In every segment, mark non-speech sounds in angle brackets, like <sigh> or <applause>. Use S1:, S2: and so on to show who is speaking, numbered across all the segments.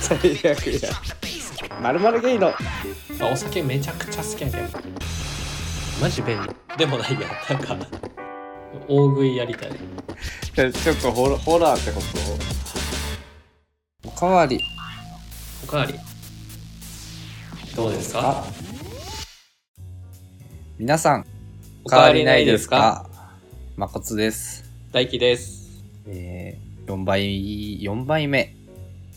S1: 最悪やまるまるゲイの
S2: あお酒めちゃくちゃ好きやけどマジ便利でもないやなんか大食いやりたい
S1: ちょっとホラホラーってことおかわり
S2: おかわりどうですか
S1: 皆さん
S2: おかわりないですか
S1: まこつです
S2: 大輝です
S1: えー、4倍4杯目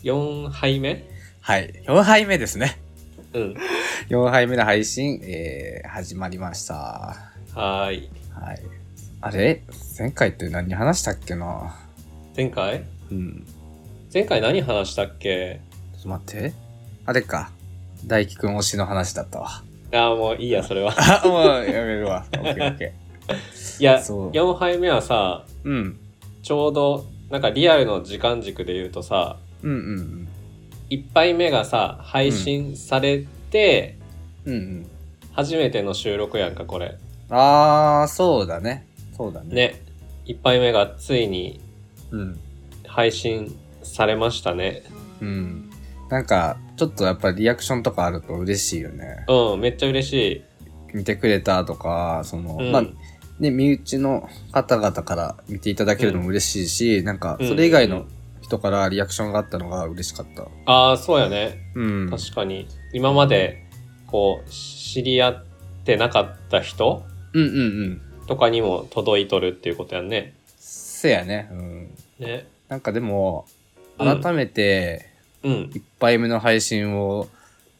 S2: 4杯目
S1: はい4杯目です <laughs> ね
S2: うん
S1: 4杯目の配信、えー、始まりましたは
S2: はーい
S1: いあれ前回って何話したっけな
S2: 前回
S1: うん
S2: 前回何話したっけ
S1: ちょっと待ってあれか大輝くん推しの話だったわ
S2: ああもういいやそれは
S1: <laughs> あもうやめるわオッケーオッケ
S2: いや
S1: ーそう
S2: 4杯目はさ
S1: うん
S2: ちょうどなんかリアルの時間軸で言うとさ
S1: うんうん
S2: 1杯目がさ配信されて、
S1: うんうんうん
S2: 初めての収録やんかこれ
S1: ああそうだねそうだね
S2: ね1杯目がついに
S1: うん
S2: 配信されましたね
S1: うんなんかちょっとやっぱリアクションとかあると嬉しいよね
S2: うんめっちゃ嬉しい、
S1: 見てくれたとかその、
S2: うん
S1: まあね身内の方々から見ていただけるのも嬉しいし、なんかそれ以外
S2: うんう
S1: の
S2: ん
S1: 人からリアクションがあったのが嬉しかった
S2: ああそうやね
S1: うん
S2: 確かに今までこう知り合ってなかった人
S1: うんうんうん
S2: とかにも届いとるっていうことやんね
S1: せやねうん
S2: ね
S1: なんかでも
S2: うん
S1: 改めて
S2: うん
S1: 1杯目の配信を、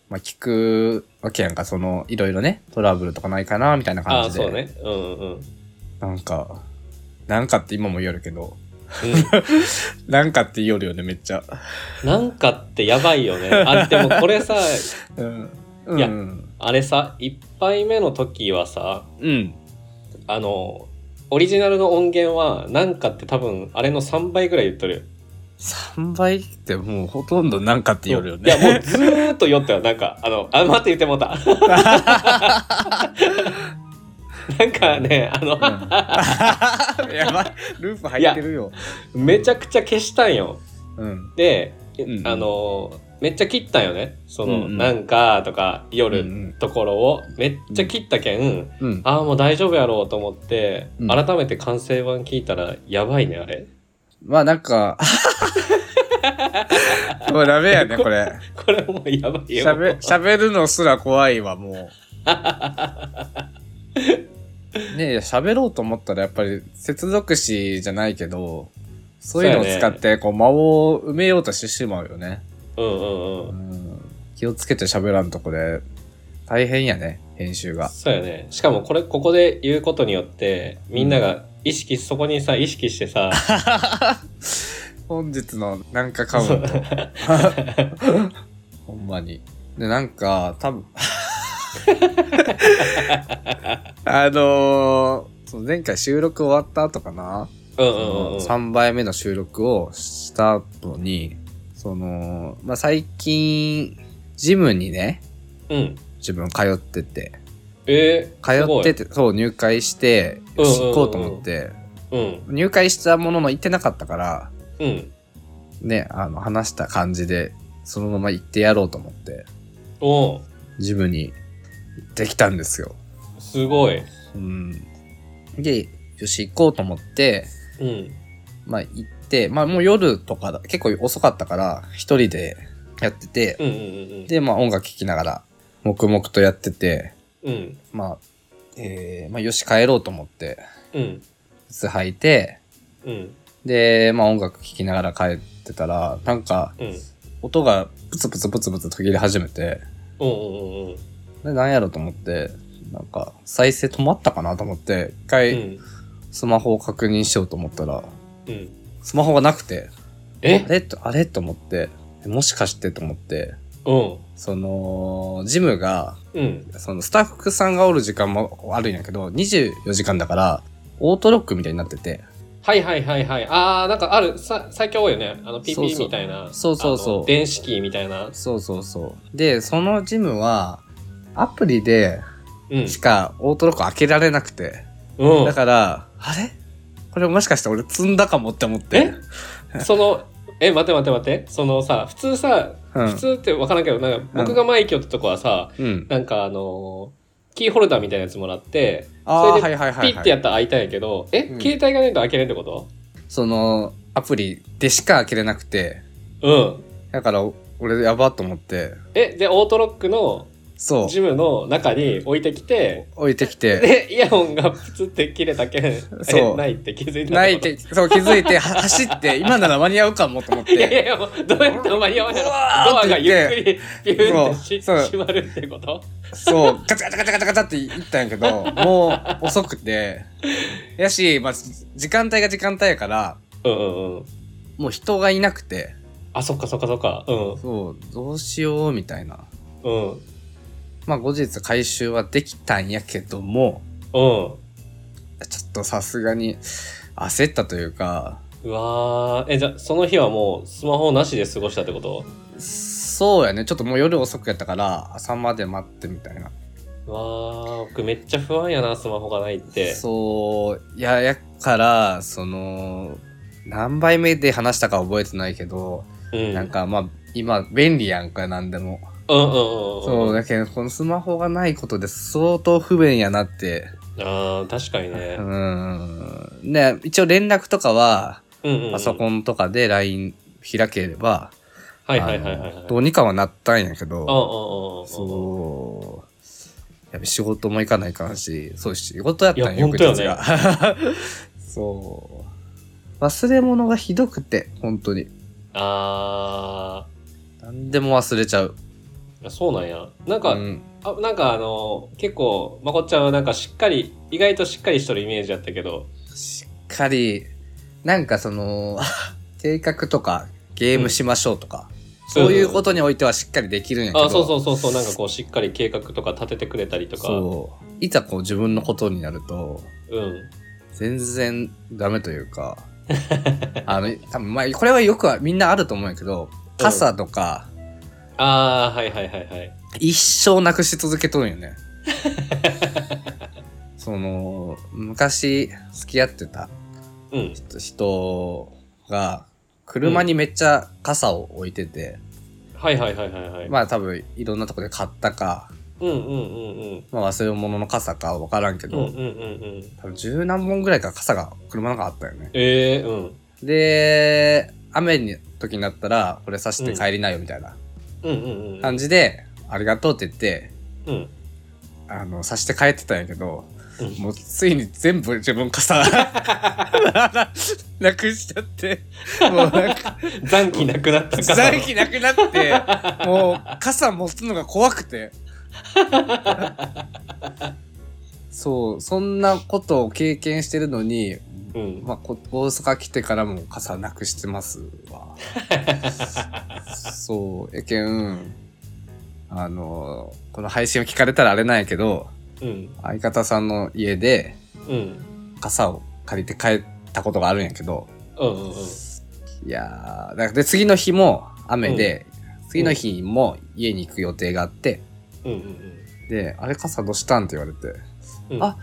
S1: まあ、聞くわけやんかそのいろいろねトラブルとかないかなみたいな
S2: あ
S1: 感
S2: あ
S1: じで
S2: そうねうんうんうん
S1: な
S2: <laughs>
S1: んか、なんかって今も言えるけど、なんかって言おるよね、めっちゃ。
S2: なんかってやばいよねあでもこれさ
S1: うん。
S2: いや
S1: うん。
S2: あれさ1杯目の時はさ
S1: うん。
S2: あのオリジナルの音源はなんかって多分あれの3倍ぐらい言っとるよ
S1: 3倍ってもうほとんどなんかって言おるよね。
S2: いやもうずーっと酔ったよなんかあのあ待って言っても
S1: <laughs>
S2: うたなんかねあの、
S1: うん <laughs> やばい。ループ入ってるよ。
S2: めちゃくちゃ消したんよ
S1: うん。
S2: で、
S1: んうん
S2: あのめっちゃ切ったんよねその、
S1: うんうん
S2: なんかとか
S1: うんう
S2: 夜
S1: ん
S2: ところをめっちゃ切ったけん、
S1: うん。
S2: ああもう大丈夫やろうと思って、
S1: うん
S2: 改めて完成版聞いたらやばいねあれ
S1: まあなん
S2: <laughs>
S1: か、もうダメやね、これ。
S2: これもうやばいよ
S1: しゃべ、しゃべるのすら怖いわ、
S2: <laughs>
S1: もう。ねえ、しゃべろうと思ったらやっぱり接続詞じゃないけど、そういうのを
S2: そうやね
S1: 使って、こう、間を埋めようとしてしまうよね。
S2: うんうんうん
S1: うん。気をつけて喋らんとこれ、大変やね、編集が。
S2: そうやね。しかもこれ、ここで言うことによって、みんなが意識、そこにさ、意識して
S1: <laughs>
S2: さ、
S1: 本日のなんかカウ
S2: <laughs>
S1: ント。ほんまに。で、なんか、多分あのーそう前回収録終わった後かな、
S2: うんう
S1: 三
S2: んうんうん。
S1: ?3 杯目の収録をした後に、その、まあ、最近、ジムにね、
S2: うん。
S1: 自分通ってて、
S2: え
S1: 通
S2: ー、
S1: ってて、そう、入会して、
S2: う
S1: よ
S2: んうんうん
S1: し行こうと思って、
S2: すごい。うん。
S1: 入会したものの行ってなかったから、
S2: うん。
S1: ね、あの、話した感じで、そのまま行ってやろうと思って、
S2: おう
S1: ジムに行ってきたんですよ。
S2: すごい。
S1: うん。で、よし、行こうと思って、
S2: うん。
S1: まあ行って、まあもう夜とかだ、結構遅かったから、一人でやってて、
S2: うんうんうん
S1: で、まあ音楽聴きながら、黙々とやってて、
S2: うん。うん。
S1: まあ、えー、まあよし、帰ろうと思って、
S2: うん。
S1: 靴履いて、
S2: うん。
S1: で、まあ音楽聴きながら帰ってたら、なんか、
S2: うん。
S1: 音がプツプツプツプツ途切れ始めて、
S2: うんうんうんうん。
S1: で、なんやろと思って、なんか、再生止まったかなと思って、一回、スマホを確認しようと思ったら、
S2: うん。
S1: スマホがなくて、
S2: え
S1: あれと、あれと思って、もしかしてと思って、
S2: うん。
S1: その、ジムが、
S2: うん。
S1: そのスタッフさんがおる時間もあるんやけど、24時間だから、オートロックみたいになってて、
S2: はいはいはいはい。あー、なんかある、さ最近多いよね。あの、
S1: そうそ
S2: PP
S1: う
S2: みたいな。
S1: そうそうそう
S2: あの電子キーみたいな。
S1: そうそうそう。で、そのジムは、アプリで
S2: うん。
S1: しかオートロック開けられなくて、
S2: う
S1: だから、あれこれもしかして俺積んだかもって思って。
S2: ん。その、え待って待って待ってそのさ普通さ
S1: うん
S2: 普通って分からんけどなんか僕が前行きよったとこはさ、
S1: うん
S2: なんかあのーキーホルダーみたいなやつもらって
S1: ああー
S2: そ
S1: は
S2: れ
S1: いはいはい、
S2: ピッて
S1: は
S2: や
S1: い、
S2: ったら開いたんやけど、え、
S1: うん
S2: 携帯がないと開けれんってこと
S1: そのアプリでしか開けれなくて
S2: うん
S1: だから俺やばと思って
S2: えでオートロックの
S1: そう
S2: ジムの中に置いてきて
S1: 置いてき
S2: <laughs>
S1: て
S2: でイヤホンがプツって切れたけん
S1: そう
S2: えないって気づいたこと
S1: ないってそう気づいては走って今なら間に合うかもと思っ
S2: いやいや
S1: て
S2: いやもうどうやっても間に合わんやろ
S1: うわー
S2: ドアがゆっくりピューンってし
S1: そうそう
S2: 閉まるってこと
S1: そうガチャガチャガチャガチャガチャって行ったんやけどもう遅くてやし、まあ、時間帯が時間帯やから
S2: うんうんうん
S1: もう人がいなくて
S2: あそっかそっかそっかうん
S1: そうどうしようみたいな
S2: うん
S1: まあ後日回収はできたんやけども
S2: うん
S1: ちょっとさすがに焦ったというか
S2: うわーえじゃあその日はもうスマホなしで過ごしたってこと
S1: そうやねちょっともう夜遅くやったから朝まで待ってみたいな
S2: うわー僕めっちゃ不安やなスマホがないって
S1: そういややからその何杯目で話したか覚えてないけど、
S2: う、ん、
S1: なんかまあ今便利やんか何でも、
S2: うんうんうんうん
S1: そうだけどこのスマホがないことで相当不便やなって
S2: あー確かにね
S1: う、んね一応連絡とかは
S2: うんうんうん、
S1: パソコンとかで LINE 開ければ、
S2: はいはいはいはい
S1: あ
S2: はい
S1: のどうにかはなったんやけど、
S2: うんうんうんうんうん
S1: そう。やべ、仕事も行かないかんし、そうし、仕事やったん
S2: いや
S1: よ、
S2: 本当よね
S1: 翌日が <laughs> そう。忘れ物がひどくて、本当に。
S2: あ
S1: 何でも忘れちゃう。
S2: ーそうなんやなんか、
S1: うん、
S2: あなんかあの結構まこっちゃんはなんかしっかり意外としっかりしとるイメージだったけど
S1: しっかり、なんかその、 <laughs> 計画とか、ゲームしましょうとか、そういうことにおいてはしっかりできるんやけど。
S2: あそうそうそうそうなんかこうしっかり計画とか立ててくれたりとか
S1: そう。いざこう自分のことになると、
S2: うん
S1: 全然ダメというか <laughs> あの多分まあこれはよくはみんなあると思うんやけど傘とか
S2: ああはいはいはいはい
S1: 一生なくし続けとるんよ
S2: <laughs>
S1: ねその昔付き合ってた
S2: うん
S1: 人が車にめっちゃ傘を置いてて、
S2: はいはいはいはいはい、
S1: まあ多分いろんなとこで買ったか、
S2: うんうんうんうん
S1: まあ、忘れ物の傘か分からんけ
S2: うんう
S1: ど、
S2: んうんうん
S1: 多分十何本ぐらいか傘が車の中あったよね
S2: ええうん
S1: で雨の時になったらこれさして帰りなよみたいな
S2: うんうんうん
S1: 感じで、ありがとうって言って
S2: うん
S1: あのさして帰ってたんやけど、
S2: うん
S1: もうついに全部自分傘 <laughs> なくしちゃってもうなんか
S2: 残機なくなったから
S1: 財気なくなってもう傘持つのが怖く
S2: <laughs>
S1: てそうそんなことを経験してるのに
S2: うん
S1: まあ、こ大阪来てからも傘なくしてますわ。そう、えけん、あの、この配信を聞かれたらあれなんやけど、
S2: うん
S1: 相方さんの家で
S2: うん
S1: 傘を借りて帰ったことがあるんやけど、
S2: うんうんうん
S1: いやー、だからで、次の日も雨で、次の日も家に行く予定があって、
S2: うんうん
S1: で、あれ傘どうしたんって言われて、
S2: うん
S1: あ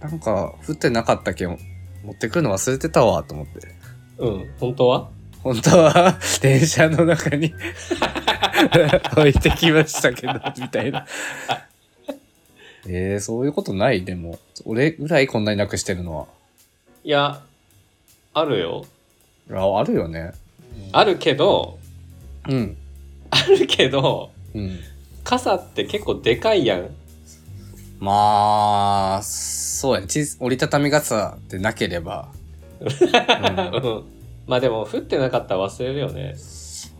S1: なんか降ってなかったけん、持ってくるの忘れてたわ、と思って。
S2: うん本当は
S1: 本当は <laughs> 電車の中に <laughs> 置いてきましたけど、みたいな。えー、そういうことないでも。俺ぐらいこんなになくしてるのは。
S2: いやあるよ
S1: ああるよね。
S2: あるけど
S1: うん。
S2: あるけど
S1: うん。
S2: 傘って結構でかいやん
S1: まあ、そうやね。ち折りたたみ傘でなければ、うん
S2: うんまあでも降ってなかったら忘れるよね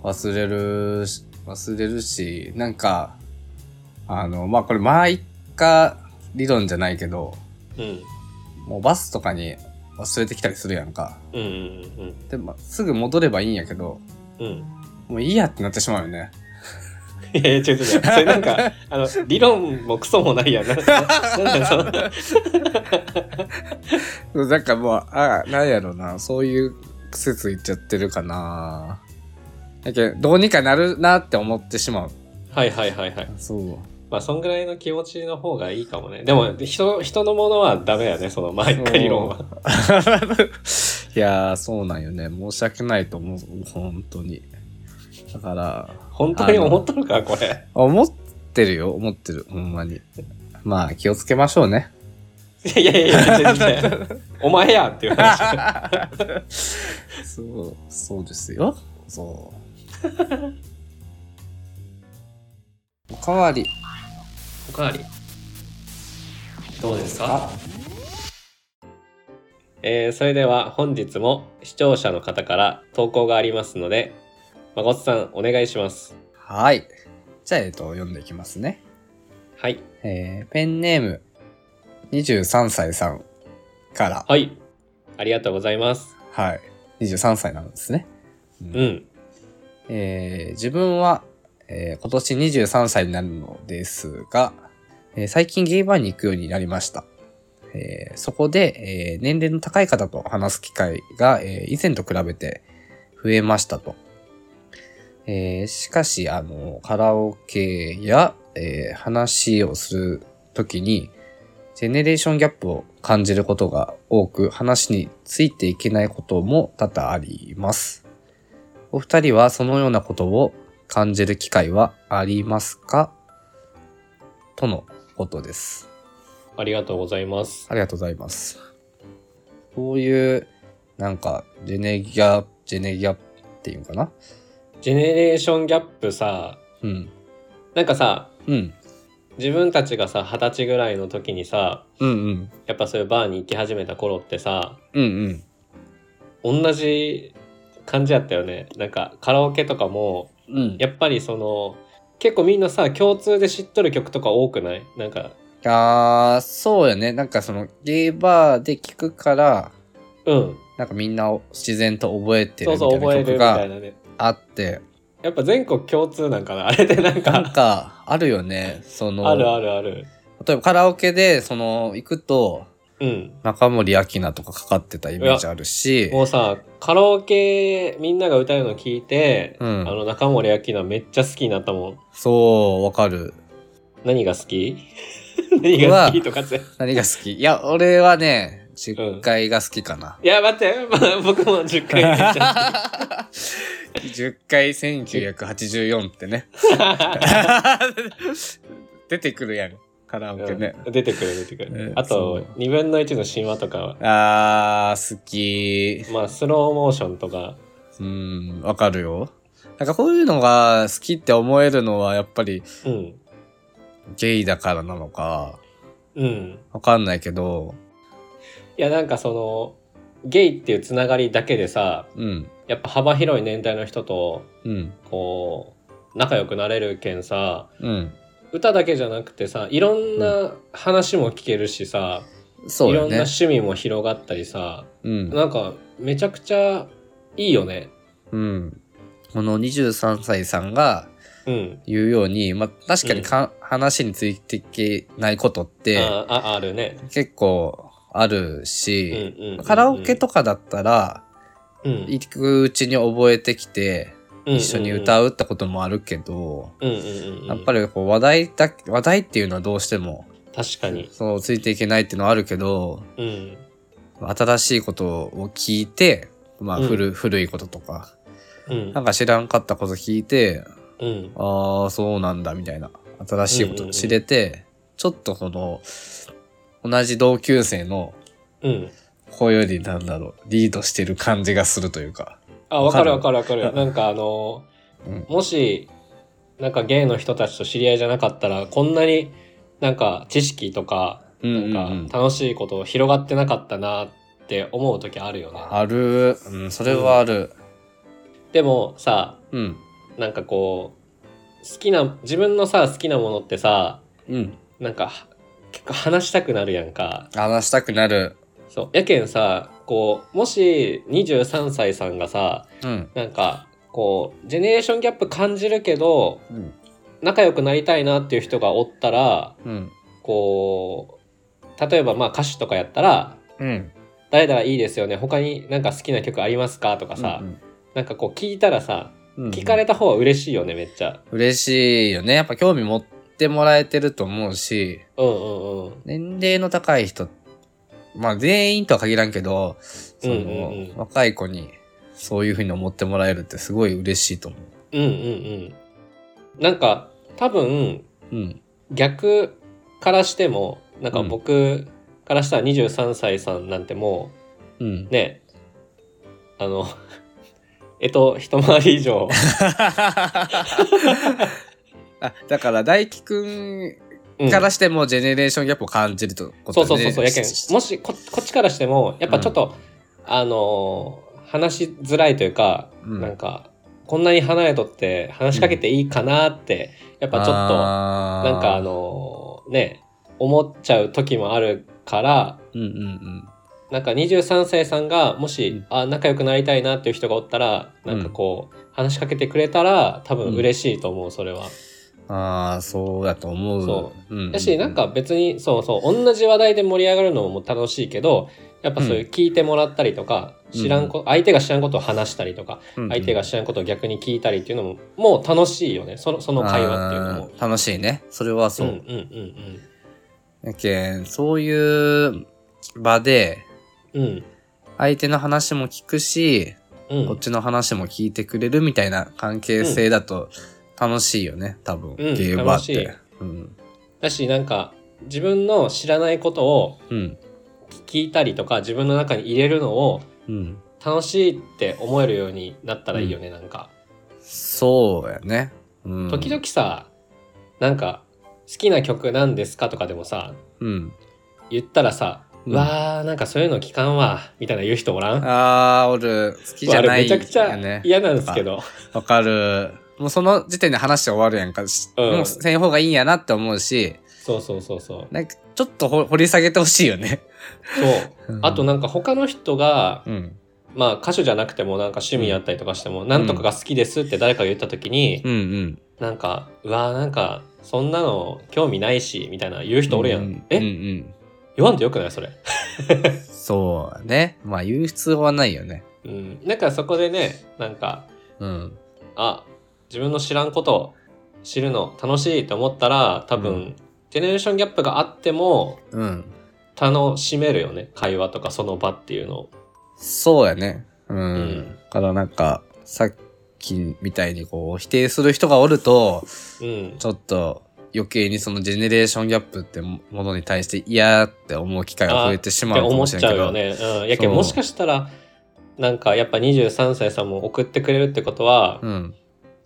S1: 忘れるし、忘れるし、なんか、あの、まあこれ、まあ一家理論じゃないけど、
S2: うん
S1: もうバスとかに忘れてきたりするやんか。
S2: うんうん
S1: で、まあ、すぐ戻ればいいんやけど、
S2: うん <laughs> うん
S1: もういいやってなってしまうよね。
S2: いやいや違う違う違うそれなんかあの理論もクソもないやんななんかその
S1: なんかもう、あなんやろうな、そういう癖ついちゃってるかな。だけど、どうにかなるなって思ってしまう。
S2: はいはいはいはい
S1: そう。
S2: まあ、そんぐらいの気持ちの方がいいかもね。でも、人、人のものはダメだよね、その、まあ、一回理論は。
S1: <laughs> いやー、そうなんよね。申し訳ないと思う。本当に。だから、
S2: 本当に思ったのか、これ。
S1: 思ってるよ。思ってる。ほんまに。まあ、気をつけましょうね。
S2: いやいやいや、全然。 <laughs> お前やっていう話。
S1: そう、そうですよ。そう。おかわり。
S2: <laughs> おかわり。どうですかえーそれでは本日も視聴者の方から投稿がありますので、まこつさんお願いします。
S1: はい。じゃあ、えっと、読んでいきますね。
S2: はい。
S1: えーペンネーム23歳さんから、
S2: はい。ありがとうございます。
S1: はい、23歳なんですね。
S2: うん。
S1: えー自分は、えー今年23歳になるのですが、えー最近ゲイバーに行くようになりました。えーそこで、えー年齢の高い方と話す機会が、えー以前と比べて増えましたと。えーしかし、あの、カラオケや、えー話をするときに、ジェネレーションギャップを感じることが多く、話についていけないことも多々あります。お二人はそのようなことを感じる機会はありますかとのことです。
S2: ありがとうございます。
S1: ありがとうございます。こういう、なんか、ジェネギャ、ジェネギャっていうんかな
S2: ジェネレーションギャップさ、
S1: うん。
S2: なんかさ、
S1: うん。
S2: 自分たちがさ、二十歳ぐらいの時にさ、
S1: うんうん。
S2: やっぱそういうバーに行き始めた頃ってさ、
S1: うんうん。
S2: 同じ感じやったよね。なんかカラオケとかも、
S1: うん。
S2: やっぱりその結構みんなさ共通で知っとる曲とか多くないなんか
S1: あー、そうやね。なんかその、ゲイバーで聞くから、
S2: うん
S1: なんかみんなを自然と覚えてる
S2: そう
S1: みた
S2: そう覚え
S1: いな曲
S2: るみたい
S1: が
S2: なね
S1: あって、
S2: やっぱ全国共通なんかなあれでなんか
S1: なんか <laughs> あるよね。その、
S2: あるあるある
S1: 例えばカラオケで、その、行くと、
S2: うん
S1: 中森明菜とかかかってたイメージあるし、
S2: もうさカラオケみんなが歌うの聞いて、
S1: うん
S2: あの中森明菜めっちゃ好きになったもん
S1: そう、わかる。
S2: 何が好き <laughs> 何が好きとかって
S1: 何が好きいや、俺はね、10階が好きかな。
S2: いや待って、まあ、僕も10回言っちゃっ
S1: 10階1984って
S2: <laughs>
S1: ね。出てくるやん、カラオケね。
S2: た出てくる出てくる、
S1: ね
S2: あ
S1: そ
S2: と
S1: う
S2: 2分の1の神話とか
S1: あー、好き。
S2: まあスローモーションとか
S1: うん、わかるよ。なんかこういうのが好きって思えるのはやっぱり
S2: うん
S1: ゲイだからなのか、
S2: うん
S1: わかんないけど、
S2: いやなんかそのゲイっていうつながりだけでさ
S1: うん、
S2: やっぱ幅広い年代の人と
S1: うん、
S2: こう仲良くなれるけんさ
S1: うん。
S2: 歌だけじゃなくてさいろんな話も聞けるしさ、
S1: そ
S2: いうろ
S1: よ
S2: んな
S1: ね。
S2: 趣味も広がったりさ
S1: うん。
S2: なんかめちゃくちゃいいよね。
S1: うん。この23歳さんが
S2: うん、
S1: 言うように、まあ、確かにか、話についていけないことって
S2: あああるね、
S1: 結構ある
S2: うん
S1: し、
S2: うん
S1: カラオケとかだったら、
S2: 一
S1: 行くうちに覚えてきて、一緒に歌うってこともあるけど、
S2: うんうんうんうん、
S1: やっぱりこう話題だ、話題っていうのはどうしても、
S2: 確かに、
S1: そのついていけないっていうのはあるけど、
S2: うん、
S1: 新しいことを聞いて、まあ
S2: うん
S1: 古,、古いこととか、
S2: うん
S1: なんか知らんかったこと聞いて、
S2: うん
S1: ああ、そうなんだ、みたいな。新しいこと知れて、ちょっとこの、同じ同級生の
S2: うん
S1: 子よりなんだろう、リードしてる感じがするというか。
S2: あわかるわかるわかるなんかあの
S1: うん。
S2: もし、なんかゲイの人たちと知り合いじゃなかったら、こんなになんか知識とか、
S1: うんうんうん
S2: なんか楽しいこと広がってなかったなって思う時あるよね。
S1: ある、うん、それはある。
S2: でもさ、
S1: うん。
S2: なんかこう、好きな、自分のさ、好きなものってさ、
S1: うん。
S2: なんかは結構話したくなるやんか。
S1: 話したくなる。
S2: そう。やけんさ、こう、もし23歳さんがさ、
S1: うん。
S2: なんか、こう、ジェネレーションギャップ感じるけど、
S1: うん。
S2: 仲良くなりたいなっていう人がおったら、
S1: うん。
S2: こう例えばまあ歌手とかやったら
S1: うん。
S2: 「誰々いいですよね他になんか好きな曲ありますか?」とかさ、なんかこう聞いたらさ
S1: うん、
S2: 聞かれた方は嬉しいよねめっちゃ。
S1: 嬉しいよね。やっぱ興味持っってもらえてると思うし、
S2: うんうんうん。
S1: 年齢の高い人、まあ全員とは限らんけど、その、
S2: うんうんうん
S1: 若い子にそういうふうに思ってもらえるってすごい嬉しいと思
S2: うんうんうん。なんか、多分、
S1: う。うん。
S2: 逆からしても、なんか僕からしたら23歳さんなんても <laughs>
S1: うん
S2: う、。ね、あの、 <laughs> えっと、一回り以上。
S1: あ、だから大輝く
S2: うん
S1: んからしてもジェネレーションギャップを感じるとこと
S2: そう
S1: ね。
S2: そうそうそう。
S1: <laughs>
S2: やけん
S1: し、
S2: もしこ、こっちからしても、やっぱちょっと、あのー、話しづらいというか、
S1: うん
S2: なんか、こんなに離れとって話しかけていいかなって、やっぱちょっと、
S1: あー
S2: なんかあ、のーね思っちゃう時もあるから
S1: うんうんうん。
S2: なんか23歳さんがもし、
S1: うん
S2: あ仲良くなりたいなっていう人がおったらなんかこう、話しかけてくれたら多分嬉しいと思うそれは。
S1: ああ、そうだと思う。
S2: そ
S1: うんうん。
S2: だしなんか別にそうそう同じ話題で盛り上がるのも楽しいけどやっぱそういう聞いてもらったりとか、
S1: うん
S2: 知らんこ相手が知らんことを話したりとか、
S1: うんうん、
S2: 相手が知らんことを逆に聞いたりっていうのももう楽しいよねそのその会話っていうのも
S1: あ。ー楽しいね。それはそう。
S2: うんうんうん
S1: やけん、そういう場で、
S2: うんうん
S1: 相手の話も聞くし、
S2: うん
S1: こっちの話も聞いてくれるみたいな関係性だと楽しいよね、多分、
S2: うん
S1: ゲーバーっ
S2: 楽
S1: て。うん。
S2: だしなんか自分の知らないことを
S1: うん。
S2: 聞いたりとか自分の中に入れるのを
S1: うん。
S2: 楽しいって思えるようになったらいいよね、なんか
S1: そうやね。うん。
S2: 時々さなんか好きな曲なんですかとかでもさ
S1: うん。
S2: 言ったらさ、
S1: う
S2: うんわーなんかそういうの聞かんわみたいな言う人おらん
S1: あー、俺、好きじゃ
S2: あれ
S1: ない
S2: めち
S1: よ
S2: ゃくちゃ
S1: ね。
S2: 嫌なんですけど、
S1: わかる。もうその時点で話終わるやんか。し
S2: うん
S1: もうせん方がいいんやなって思うし、
S2: そうそうそ
S1: <laughs>
S2: うそう
S1: なんかちょっとほ掘り下げてほしいよね。
S2: そう
S1: うん
S2: あとなんか他の人が、
S1: うん。
S2: まあ歌手じゃなくてもなんか趣味やったりとかしても、なんとかが好きですって誰かが言った時に、
S1: うんうん。
S2: なんか、うわーなんか、そんなの興味ないし、みたいな言う人おるやん。
S1: うん、
S2: え、
S1: うんうん。
S2: 言わんでよくないそれ。
S1: そうね。まあ言う必要はないよね。
S2: うん。だからそこでね、なんか、
S1: うん。
S2: あ、自分の知らんことを知るの楽しいと思ったら、多分、
S1: うん
S2: ジェネレーションギャップがあっても、
S1: うん。
S2: 楽しめるよね。会話とかその場っていうのを。
S1: そうやね。うん。
S2: うん
S1: だからなんか、さっきみたいにこう、否定する人がおると、
S2: うん。
S1: ちょっと余計にそのジェネレーションギャップってものに対して嫌って思う機会が増えてし
S2: っ
S1: ま
S2: て
S1: うか
S2: 思
S1: も
S2: っ
S1: しれ
S2: ち
S1: な
S2: ゃ
S1: いうけど。
S2: よね。うん。やけ
S1: そ
S2: ん
S1: う
S2: もしかしたら、なんかやっぱ23歳さんも送ってくれるってことは、
S1: うん。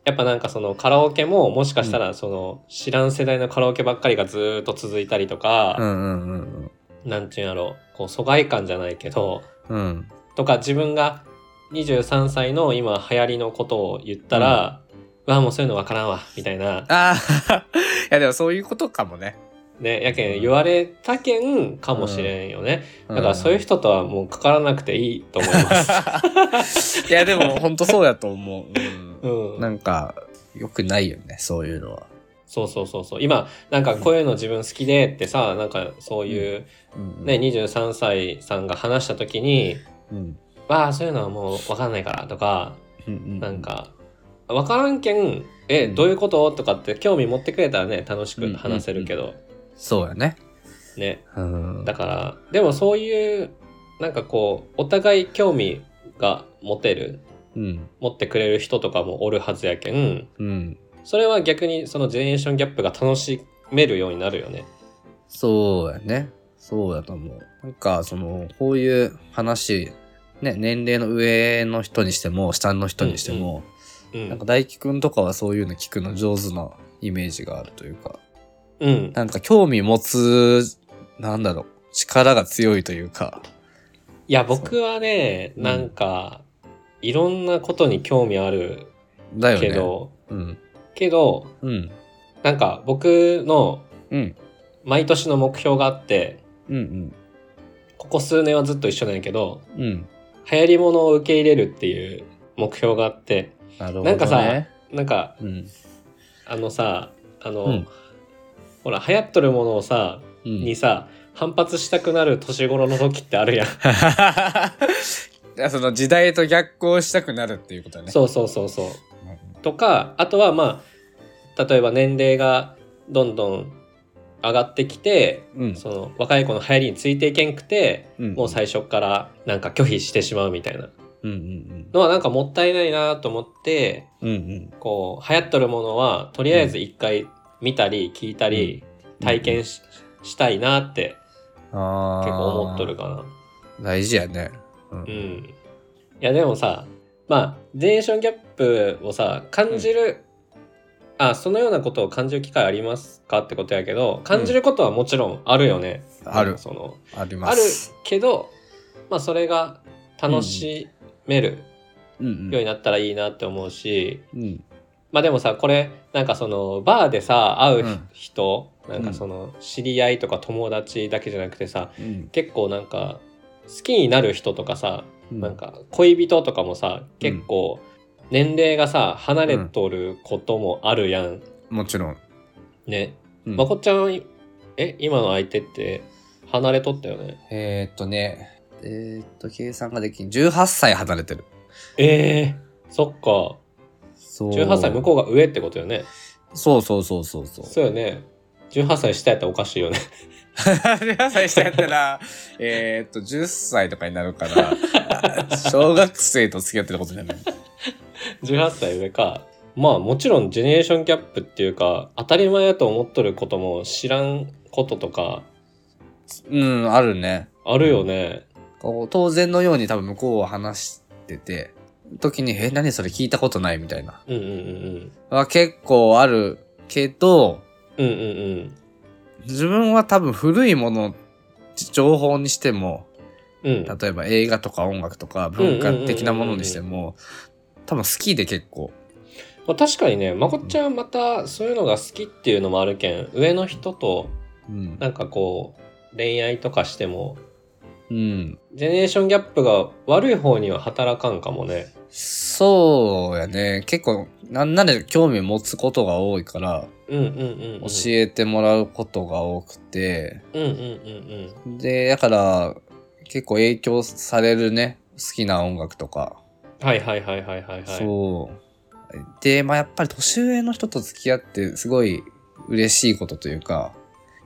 S2: やっぱなんかそのカラオケももしかしたらその知らん世代のカラオケばっかりがずーっと続いたりと
S1: う
S2: か、
S1: んうんうん
S2: なんていうんやろうこう疎外感じゃないけど
S1: うん。うん。
S2: とか自分が23歳の今流行りのことを言ったら、うわもうそういうのわからんわみたいな、
S1: ああ、いやでもそういうことかもね。
S2: ね、やけん言われたけんかもしれんよね、
S1: うん
S2: だからそういう人とはもうかからなくていいと思います。
S1: <laughs> いやでも本当そうやと思う。うん
S2: うん、
S1: なんか、良くないよね、そういうのは。
S2: そうそうそうそう今なんかこういうの自分好きでってさなんかそういう、
S1: うん
S2: ね、23歳さんが話した時に
S1: うん。
S2: わあそういうのはもう分かんないからとか
S1: うん
S2: なん、か分からんけんえどういうこととかって興味持ってくれたらね楽しく話せるけど、
S1: そうやね。
S2: ね
S1: うん。
S2: だからでもそういうなんかこうお互い興味が持てる
S1: うん。
S2: 持ってくれる人とかもおるはずやけん
S1: うん。
S2: それは逆にそのジェネレーションギャップが楽しめるようになるよね。
S1: そうやね。そうやと思う。なんか、その、こういう話、ね、年齢の上の人にしても、下の人にしても、
S2: う
S1: なん
S2: ん、
S1: か大輝くんとかはそういうの聞くの上手なイメージがあるというか、
S2: うん、
S1: なんか興味持つ、なんだろう、力が強いというか、
S2: いや僕はね
S1: うん
S2: なんかいろんなことに興味ある
S1: だよね。
S2: けど、
S1: うん。
S2: けど
S1: うん。
S2: なんか僕の
S1: うん。
S2: 毎年の目標があって
S1: うん。
S2: ここ数年はずっと一緒なんやけど
S1: うん。うん。
S2: 流行り物を受け入れるっていう目標があって
S1: なるほど、ね。
S2: なんかさなんか
S1: うん。
S2: あのさあの、
S1: うん
S2: ほら流行っとるものをさ
S1: うん。
S2: にさ反発したくなる年頃の時って
S1: <laughs>
S2: あるやん、
S1: い <laughs> やその時代と逆行したくなるっていうことね。
S2: そうそうそうそうとかあとはまあ例えば年齢がどんどん上がってきて、
S1: うん。
S2: その若い子の流行りについていけんくて、
S1: うん
S2: もう最初からなんか拒否してしまうみたいな
S1: うんうん
S2: のはなんかもったいないなと思って、
S1: うん。うん
S2: こう流行っとるものはとりあえず一回見たり聞いたり
S1: うん
S2: 体験し,、したいなって
S1: うん。ああ。
S2: 結構思っとる。かな。
S1: 大事やね。う。
S2: うんん、いやでもさまあジェネレーションギャップをさ感じる、あそのようなことを感じる機会ありますかってことやけど感じることはもちろんあるよね。
S1: ある
S2: その
S1: ありま
S2: ある
S1: す。
S2: けど、まあ、それが楽しめる
S1: ある。うん
S2: ようになったらいいなって思うし、
S1: うん。うん。
S2: まあでもさこれなんかそのバーでさ会う
S1: うん
S2: 人、なんかその知り合いとか友達だけじゃなくてさ
S1: うん。
S2: 結構なんか好きになる人とかさ、
S1: うん
S2: なん。か恋人とかもさ結構年齢がさ離れとることもあるやん、
S1: もちろん。
S2: ね、
S1: うん
S2: まこっちゃんえ今の相手って離れとったよね
S1: えーっとね、えーっと、計算ができん。18歳離れてる。
S2: えー、そっか
S1: そう。
S2: 18歳向こうが上ってことよね
S1: う。そうそうそうそうそう。
S2: そうよね18歳下やったらおかしいよね <laughs>
S1: 18歳下やったら、 <laughs> えーっと、10歳とかになる
S2: <laughs>
S1: から、小学生と付き合ってることになる。
S2: 18歳上かまあもちろんジェネレーションギャップっていうか当たり前やと思っとることも知らんこととか
S1: うん、あるね。
S2: あるよね、
S1: こう当然のように多分向こうは話してて、時に、え、何それ聞いたことないみたいな。
S2: うん、うんうん
S1: は結構あるけど、
S2: うんうんうんうん
S1: 自分は多分古いものを情報にしても、
S2: うん
S1: 例えば映画とか音楽とか文化的なものにしても、多分好きで結構。
S2: まあ、確かにねまこっちゃんはまたそういうのが好きっていうのもあるけん上の人と
S1: うん。
S2: なんかこう恋愛とかしても
S1: うん。
S2: ジェネレーションギャップが悪い方には働かんかもね
S1: そうやね。結構、なんなら興味持つことが多いから、
S2: うんうんうん、うん、
S1: 教えてもらうことが多くて、
S2: うんうんうん
S1: で、だから、結構影響されるね。好きな音楽とか。
S2: うんはいはいはいはいはいはい
S1: そう。で、まあやっぱり年上の人と付き合って、すごい嬉しいことというか、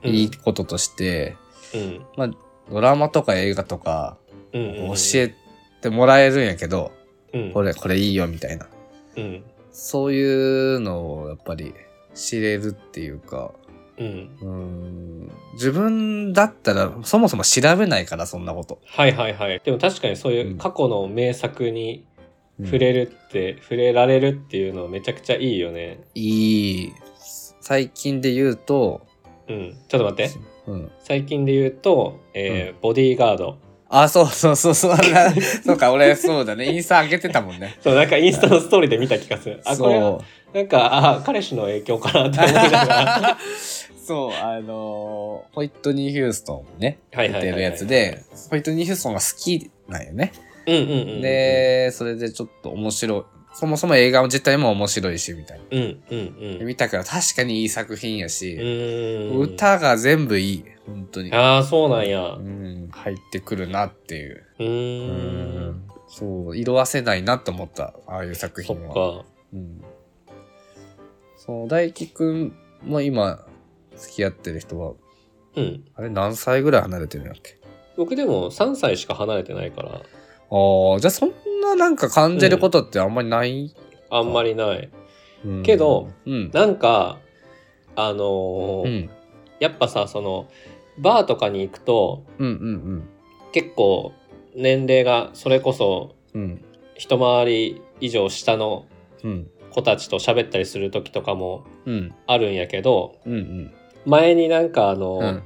S2: うん
S1: いいこととして、
S2: うん
S1: まあ、ドラマとか映画とか、
S2: うんうんう
S1: 教
S2: ん
S1: えてもらえるんやけど、
S2: うん
S1: これ、これいいよみたいな。
S2: うん
S1: そういうのをやっぱり知れるっていうか、
S2: うん
S1: うーん、自分だったらそもそも調べないから、そんなこと。
S2: はいはいはいでも確かにそういう過去の名作に触れるって、触れられるっていうのめちゃくちゃいいよね
S1: いい。最近で言うと、
S2: うんちょっと待って
S1: うん。
S2: 最近で言うと、えーボディーガード
S1: あ、そうそうそうそう。 <laughs> なそうか、俺、そうだね。インスタ上げてたもんね。
S2: そう、なんかインスタのストーリーで見た気がする。あ、これは
S1: そ
S2: なんか、あ、彼氏の影響かなって思い
S1: <laughs>
S2: ながら。
S1: う。そう、 <laughs> あのーホイットニー・ヒューストンもね、
S2: は
S1: 出てるやつ。で、ホイットニー・ヒューストンが好きなんよね。
S2: うんうんうんうん。、
S1: で、それでちょっと面白い。そもそも映画自体も面白いし、みたいな。
S2: うんうんうん。
S1: 見たから確かにいい作品や
S2: う
S1: し、
S2: ーん。
S1: 歌が全部いい。本当に。
S2: ああ、そうなんや。
S1: う、
S2: うん
S1: 入ってくるなっていう。う
S2: ーん。
S1: そう、色あせないなと思った、ああいう作
S2: そ
S1: 品は。
S2: っか。
S1: うん。そう、大輝くんも今、付き合ってる人は、
S2: うん。
S1: あれ何歳ぐらい離れてるんやっけ
S2: 僕でも3歳しか離れてないから、
S1: ああ、じゃあそんななんか感じることってあんまりない、
S2: あんまりない。
S1: うん
S2: けど、
S1: うん。
S2: なんか、あのー
S1: うん。
S2: やっぱさ、その、バーとかに行くと、
S1: うんうん
S2: 結構、年齢が、それこそ、
S1: うん。うん。
S2: 一回り以上下の
S1: うん。
S2: 子たちと喋ったりする時とかも
S1: うん。
S2: あるんやけど
S1: うんうん。
S2: 前になんかあの、
S1: うん。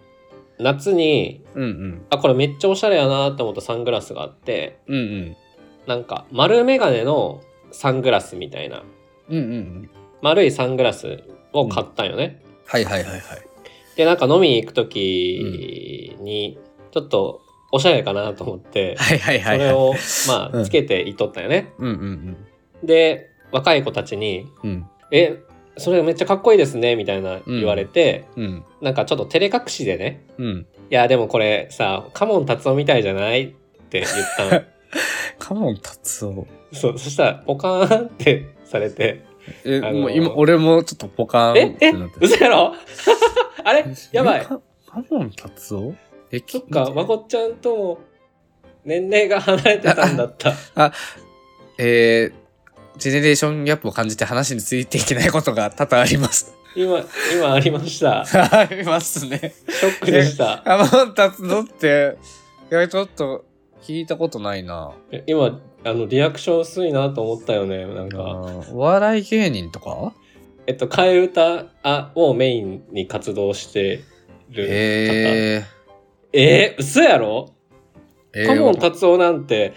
S2: 夏に
S1: うんうん。
S2: あこれめっちゃおしゃれやなと思ったサングラスがあって
S1: うんうん。
S2: なんか丸眼鏡のサングラスみたいな
S1: うんうんうん。
S2: 丸いサングラスを買ったんよね。
S1: はいはいはいはい。
S2: でなんか飲みに行く時にちょっとおしゃれかなと思って、
S1: はいはい <laughs> はい。
S2: それをま
S1: う
S2: あ
S1: ん
S2: つけていっとったよね。
S1: うんうん
S2: で若い子たちに
S1: うん。うん。
S2: 「えそれめっちゃかっこいいですね」みたいな言われて、
S1: うん。
S2: なんかちょっと照れ隠しでね
S1: うん。
S2: いやでもこれさカモン達夫みたいじゃないっ
S1: <laughs>
S2: て言ったの
S1: カモン達夫。
S2: そうそしたらポカーンってされて
S1: え、
S2: あのー
S1: もう今、俺もちょっとポカーン
S2: え
S1: って
S2: え
S1: なってる
S2: 嘘やろ <laughs> あれやばい。
S1: カモン達夫え、
S2: そ
S1: き
S2: っか、まこっちゃんとも年齢が離れてたんだった。
S1: えー、ジェネレーションギャップを感じて話についていけないことが多々あります。 <laughs>
S2: 今、今ありました。シ
S1: ありますね。
S2: ョックで
S1: <laughs>
S2: した。
S1: カモン達夫って、いや、ちょっと聞いたことないな。
S2: 今、あの、リアクション薄いなと思ったよね。なん
S1: あ
S2: か、
S1: ーお笑い芸人とか
S2: えっと、替え歌あをメインに活動してる方。え
S1: え
S2: え嘘やろ
S1: ー、えー
S2: カモン達夫なんて、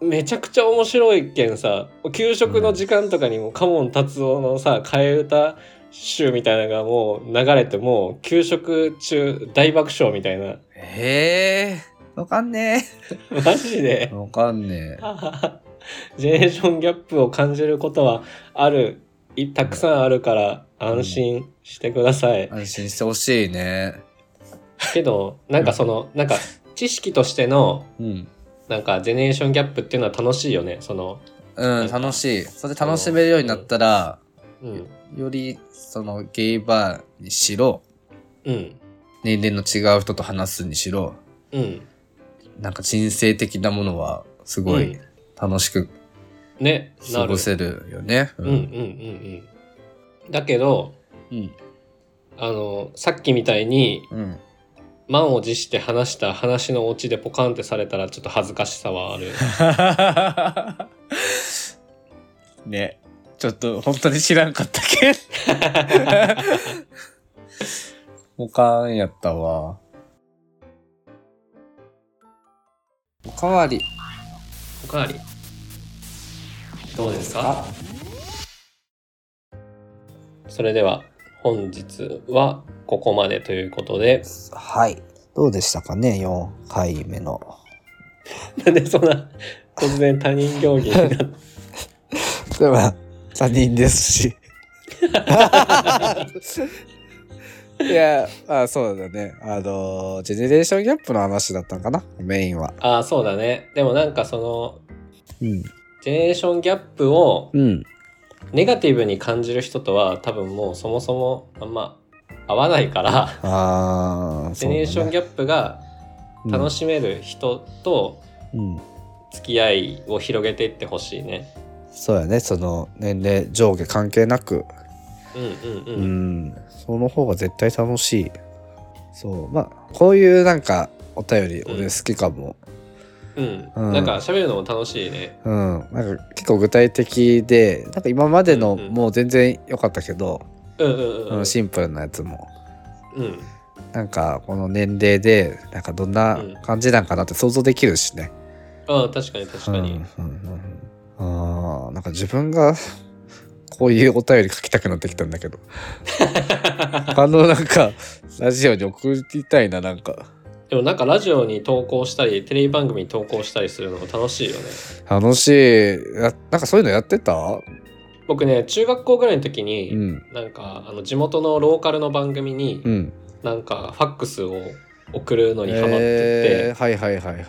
S2: めちゃくちゃ面白いけんさ、給食の時間とかにもカモン達夫のさ、替え歌集みたいなのがもう流れて、もう給食中大爆笑みたいな。
S1: えー、わかんね
S2: マジで
S1: <laughs> え。。わかんねえ。
S2: ジェネレーションギャップを感じることはある、いたくさんあるから安心してください。
S1: 安心してほしいね。
S2: けど、なんかその、なんか知識としての、
S1: うん。
S2: なんかジェネレーションギャップっていうのは楽しいよね。その、
S1: うん、楽しい。それで楽しめるようになったら、
S2: うん、
S1: よりそのゲイバーにしろ、
S2: うん、
S1: 年齢の違う人と話すにしろ、
S2: うん。
S1: なんか人生的なものはすご
S2: う
S1: い
S2: ん
S1: 楽しく
S2: ね、な
S1: 過
S2: る
S1: ご。せるよね。
S2: うん、うん、うん、うん。だけど、
S1: うん。
S2: あの、さっきみたいに、
S1: うん。
S2: 満を持して話した話のオチでポカンってされたらちょっと恥ずかしさはあ
S1: <laughs>
S2: る。
S1: <laughs> ね。ちょっと本当に知らんかったけど。 <laughs> おかんやったわ。おかわり。
S2: おかわり。どうですかそれでは本日はここまでということで
S1: はい。どうでしたかね ?4 回目の。
S2: なんでそんな突然他人行儀にな
S1: <laughs>
S2: って
S1: では、他人ですし。 <laughs> いや、あそうだね。あの、ジェネレーションギャップの話だったのかなメインは。
S2: ああそうだねでもなんかその
S1: うん。
S2: ジェネレーションギャップを
S1: うん。
S2: ネガティブに感じる人とは多分もうそもそもあんま合わな
S1: <laughs>
S2: いから、
S1: ああ、
S2: ジェネレーションギャップが楽
S1: し
S2: しめる人と
S1: い。うん。うん
S2: 付き合いを広げていってほしいね。
S1: そうやね。その、年齢、上下関係なく。
S2: うんうんう。
S1: うん
S2: うん、
S1: ん。その方が絶対楽しい。そう。まあ、こういうなんか、お便り、俺好きかも。うん
S2: なんか喋るのも楽しいね。
S1: うん、なんか結構具体的でなんか今までの
S2: うんうん
S1: もう全然良かったけど、
S2: うんうん
S1: う
S2: うんん。
S1: シンプルなやつも
S2: うん
S1: なんかこの年齢でなんかどんな感じなんかなって想像できるしね。
S2: ああ確かに確
S1: うんう
S2: か
S1: んう
S2: に、
S1: んうんあーなんか自分が <laughs> こういうお便り書きたくなってきたんだけど他のなんかラジオに送りたいななんか
S2: でもなんかラジオに投稿したりテレビ番組に投稿したりするのも楽しいよね
S1: 楽しいやなんかそういうのやってた
S2: 僕ね中学校ぐらいの時に、
S1: うん
S2: なんかあの地元のローカルの番組に、
S1: うん
S2: なんかファックスを送るのにハマってて、
S1: えーはいはいはいはい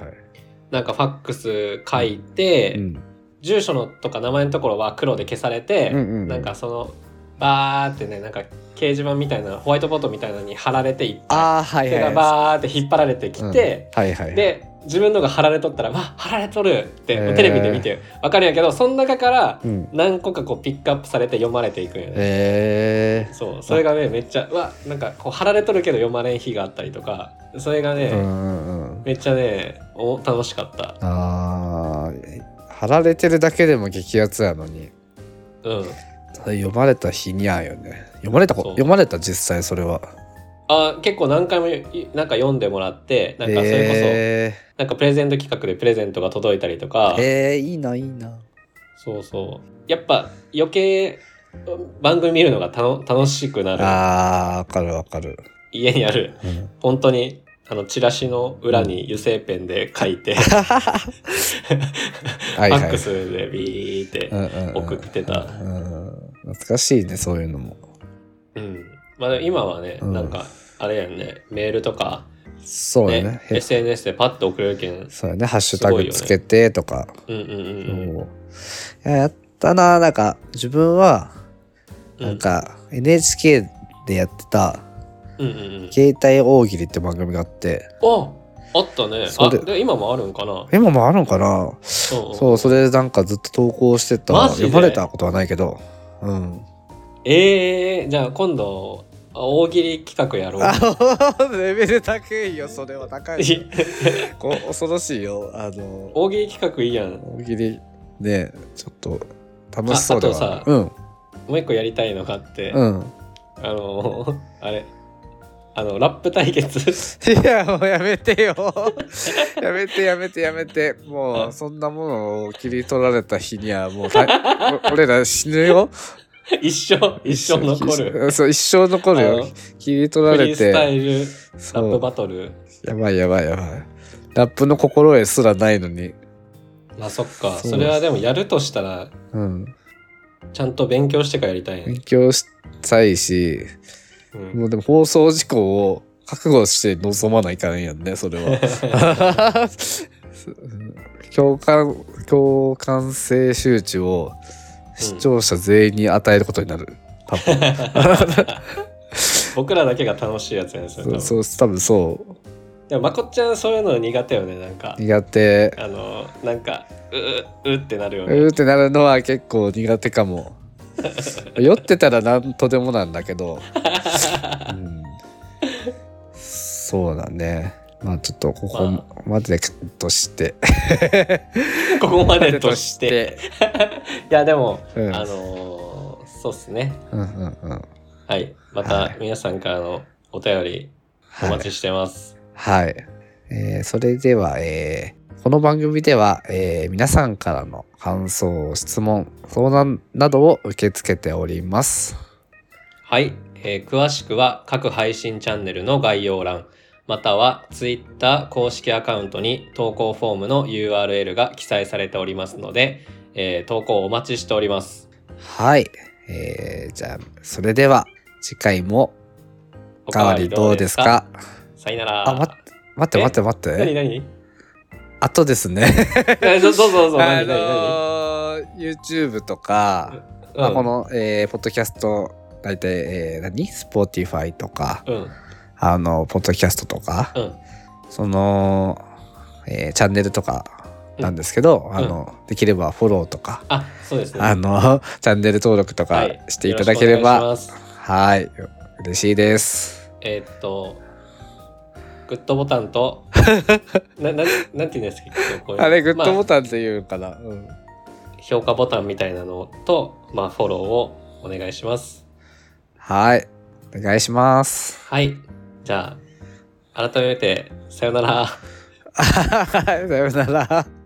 S2: なんかファックス書いて、
S1: うん
S2: 住所のとか名前のところは黒で消されて、
S1: うんうんうん
S2: なんかそのバーってねなんか掲示板みたいなホワイトボードみたいなのに貼られていって
S1: ああはい
S2: それ
S1: は
S2: が
S1: い
S2: バーって引っ張られてきて、
S1: うんはいはい
S2: で自分のが貼られとったら「わ貼られとる!」って
S1: へー
S2: テレビで見てわかるんやけどその中から
S1: うん、
S2: 何個かこうピックアップされて読まれていくんよね。
S1: え
S2: そうそれがねめっちゃうわなんかこう貼られとるけど読まれん日があったりとかそれがね、
S1: ーうんうんうん
S2: めっちゃねお楽しかった。
S1: あー貼られてるだけでも激アツやのに
S2: うん、
S1: ただ読まれた日にゃんよね読まれたこ
S2: そう
S1: 読まれた実際それは
S2: あ結構何回もいなんか読んでもらってなんかそれこそ、
S1: え
S2: なんかプレゼント企画でプレゼントが届いたりとか、
S1: ーえーいいないいな
S2: そうそうやっぱ余計番組見るのがたの楽しくなる
S1: あーわかるわかる、
S2: 家にある
S1: うん、
S2: 本当にあのチラシの裏に油性ペンで書いて、フ
S1: はい
S2: ァ
S1: は
S2: ッ
S1: い
S2: クスでビーって、
S1: うんうんうん
S2: 送ってた
S1: うんうん懐かしいねそういうのも
S2: うんまあ、今はね、
S1: うん
S2: なんかあれやんねメールとか、
S1: そうやね
S2: ね SNS でパッと送れるけん、
S1: そうやねハッシュタグつけてとか、
S2: うんうんうんうん
S1: そういややったな、なんか自分は、
S2: うん
S1: なんか NHK でやってた、
S2: うんうんうん
S1: 携帯大喜利って番組があって、
S2: ああったね
S1: そ
S2: あ
S1: れ
S2: で今もあるんかな、うん
S1: 今もあるのかな
S2: うん
S1: そう、それなんかずっと投稿してた。
S2: マジで
S1: 読まれたことはないけど。うん。
S2: ええじゃあ今度あ大喜利企画やろう
S1: レベル高いよ、それは高
S2: いや
S1: こ恐ろしいよ。あの、
S2: <laughs> 大喜利企画いいやんも
S1: 大喜利ね、ちょっと楽しそうで
S2: ああ
S1: は
S2: と
S1: ある。うん、
S2: う一個やりたいのがあって、
S1: うん。
S2: あのあれあのラップ対決 <laughs>
S1: いや、もうやめてよ。やめてやめてやめて。も
S2: あ
S1: う、そんなものを切り取られた日には、もう
S2: <laughs>
S1: た、お俺ら死ぬよ。
S2: 一生一生残る。
S1: そう、一生残る
S2: あ
S1: よ
S2: の。
S1: 切り取ら
S2: フ
S1: れ
S2: リースタ
S1: て。
S2: イルラッ
S1: そ
S2: プ
S1: う。
S2: バトル
S1: やばいやばいやばい。ラップの心得すらないのに。
S2: まあそっか
S1: そ
S2: そうれはでもやるとしたら
S1: うん。
S2: ちゃんと勉強してからやりたいね
S1: 勉、強したいし、
S2: うん、
S1: もうでも放送事故を覚悟して臨まないかんやんね、それ
S2: <laughs>
S1: は。共感、共感性周知を視聴者全員に与えることになる。多分
S2: 僕らだけが楽しいやつやんそれ多分
S1: そう、多分そ
S2: でもまこっちゃんそういうの苦手よねなんか
S1: う。苦手。
S2: あのなんかうううってなるよ
S1: う
S2: ね
S1: ーってなるのは結構苦手かも。酔ってたら何とでもなんだけ
S2: <laughs>
S1: ど。うん、そうだね。まあちょっとここ
S2: ま
S1: までカットして。
S2: <laughs> ここまでとして <laughs> いやでも、
S1: うん
S2: あのーそうっすね
S1: うんうんうん。
S2: はいま
S1: は
S2: た
S1: い
S2: 皆さんからのお便りお
S1: は
S2: 待
S1: い。
S2: ちしてます、
S1: はいえーそれでは、えーこの番組では、えー皆さんからの感想、質問、相談などを受け付けております。
S2: はい、えー詳しくは各配信チャンネルの概要欄または Twitter 公式アカウントに投稿フォームの URL が記載されておりますので、えー投稿お待ちしております
S1: はい。えーじゃあ、それでは、次回もお
S2: お
S1: かわりどうですか
S2: さよなら
S1: あ、待って、待って、待って、待っ
S2: 何
S1: て。
S2: 何 <laughs>
S1: あとですね。
S2: えどどうぞどうぞ <laughs>
S1: あ
S2: 何何
S1: のー、YouTube とか、まあ
S2: 何
S1: この、えーポッドキャスト、大体、えー、何 ?Spotify とか、
S2: うんうん
S1: あの、ポッドキャストとか、
S2: うん
S1: その、えーチャンネルとかなんですけど、あの、できればフォローとか、
S2: あそうですね
S1: あの、 <laughs> チャンネル登録とか
S2: はい
S1: していただければ、
S2: よろしくお願いします
S1: はい、嬉しいです。
S2: えーっとグッドボタ
S1: <laughs>
S2: ンとなななんていうんですかこういう
S1: あれ、グッドボ
S2: ま
S1: タンっていうかな。うん
S2: あ評価ボタンみたいなのと、まあ、フォローをお願いします
S1: はい、お願いします。 <laughs>
S2: はいじゃあ改めてさよなら
S1: さようなら。